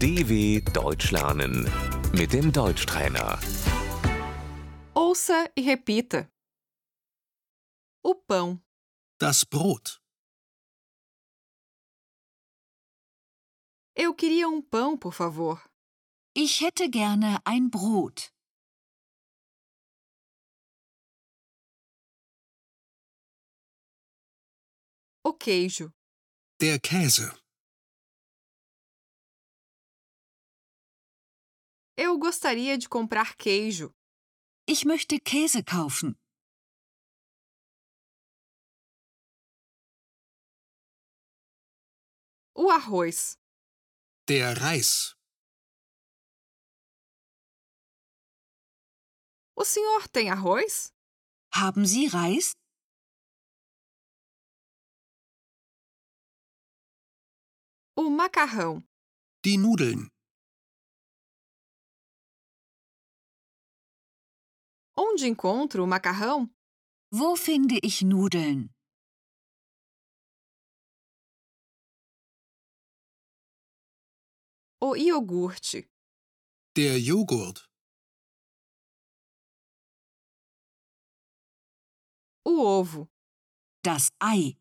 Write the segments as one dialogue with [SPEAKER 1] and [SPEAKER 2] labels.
[SPEAKER 1] DW Deutsch lernen mit dem Deutschtrainer.
[SPEAKER 2] Ouça e repita. O pão,
[SPEAKER 3] Das Brot.
[SPEAKER 2] eu queria um pão, por favor.
[SPEAKER 4] Ich hätte gerne ein Brot.
[SPEAKER 2] O queijo,
[SPEAKER 3] Der Käse.
[SPEAKER 2] eu gostaria de comprar queijo.
[SPEAKER 4] Ich möchte Käse kaufen.
[SPEAKER 2] O arroz,
[SPEAKER 3] Der Reis.
[SPEAKER 2] o senhor tem arroz?
[SPEAKER 4] Haben Sie Reis?
[SPEAKER 2] O macarrão,
[SPEAKER 3] Die Nudeln.
[SPEAKER 2] onde encontro o macarrão?
[SPEAKER 4] Wo finde ich Nudeln?
[SPEAKER 2] O iogurte,
[SPEAKER 3] Der Joghurt.
[SPEAKER 2] o ovo,
[SPEAKER 4] Das Ei.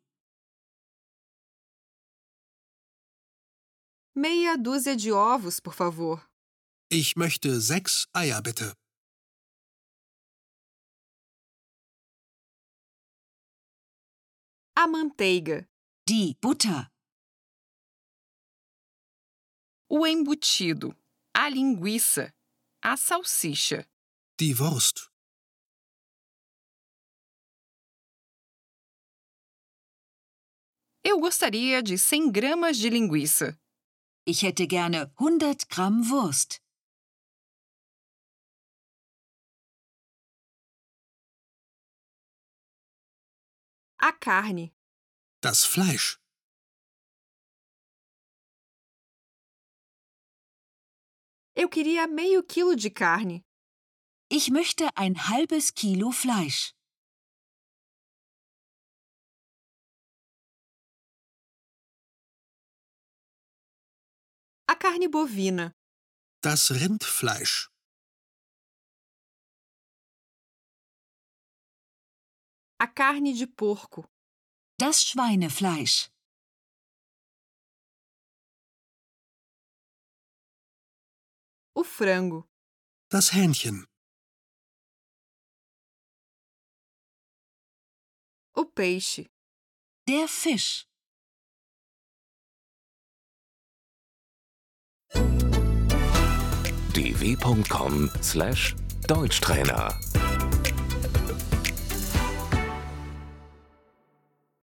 [SPEAKER 2] meia dúzia de ovos, por favor.
[SPEAKER 3] Ich möchte sechs Eier bitte.
[SPEAKER 2] A manteiga,
[SPEAKER 4] Die Butter.
[SPEAKER 2] o embutido, a linguiça, a salsicha,
[SPEAKER 3] Die Wurst.
[SPEAKER 2] Eu gostaria de 100 gramas de linguiça.
[SPEAKER 4] Ich hätte gerne 100 Gramm Wurst.
[SPEAKER 2] A carne,
[SPEAKER 3] Das Fleisch.
[SPEAKER 2] eu queria meio quilo de carne.
[SPEAKER 4] Ich möchte ein halbes Kilo Fleisch.
[SPEAKER 2] A carne bovina,
[SPEAKER 3] Das Rindfleisch.
[SPEAKER 2] a carne de porco,
[SPEAKER 4] Das Schweinefleisch.
[SPEAKER 2] o frango,
[SPEAKER 3] Das Hähnchen.
[SPEAKER 2] o peixe,
[SPEAKER 4] Der Fisch.
[SPEAKER 1] dw.com/deutschtrainer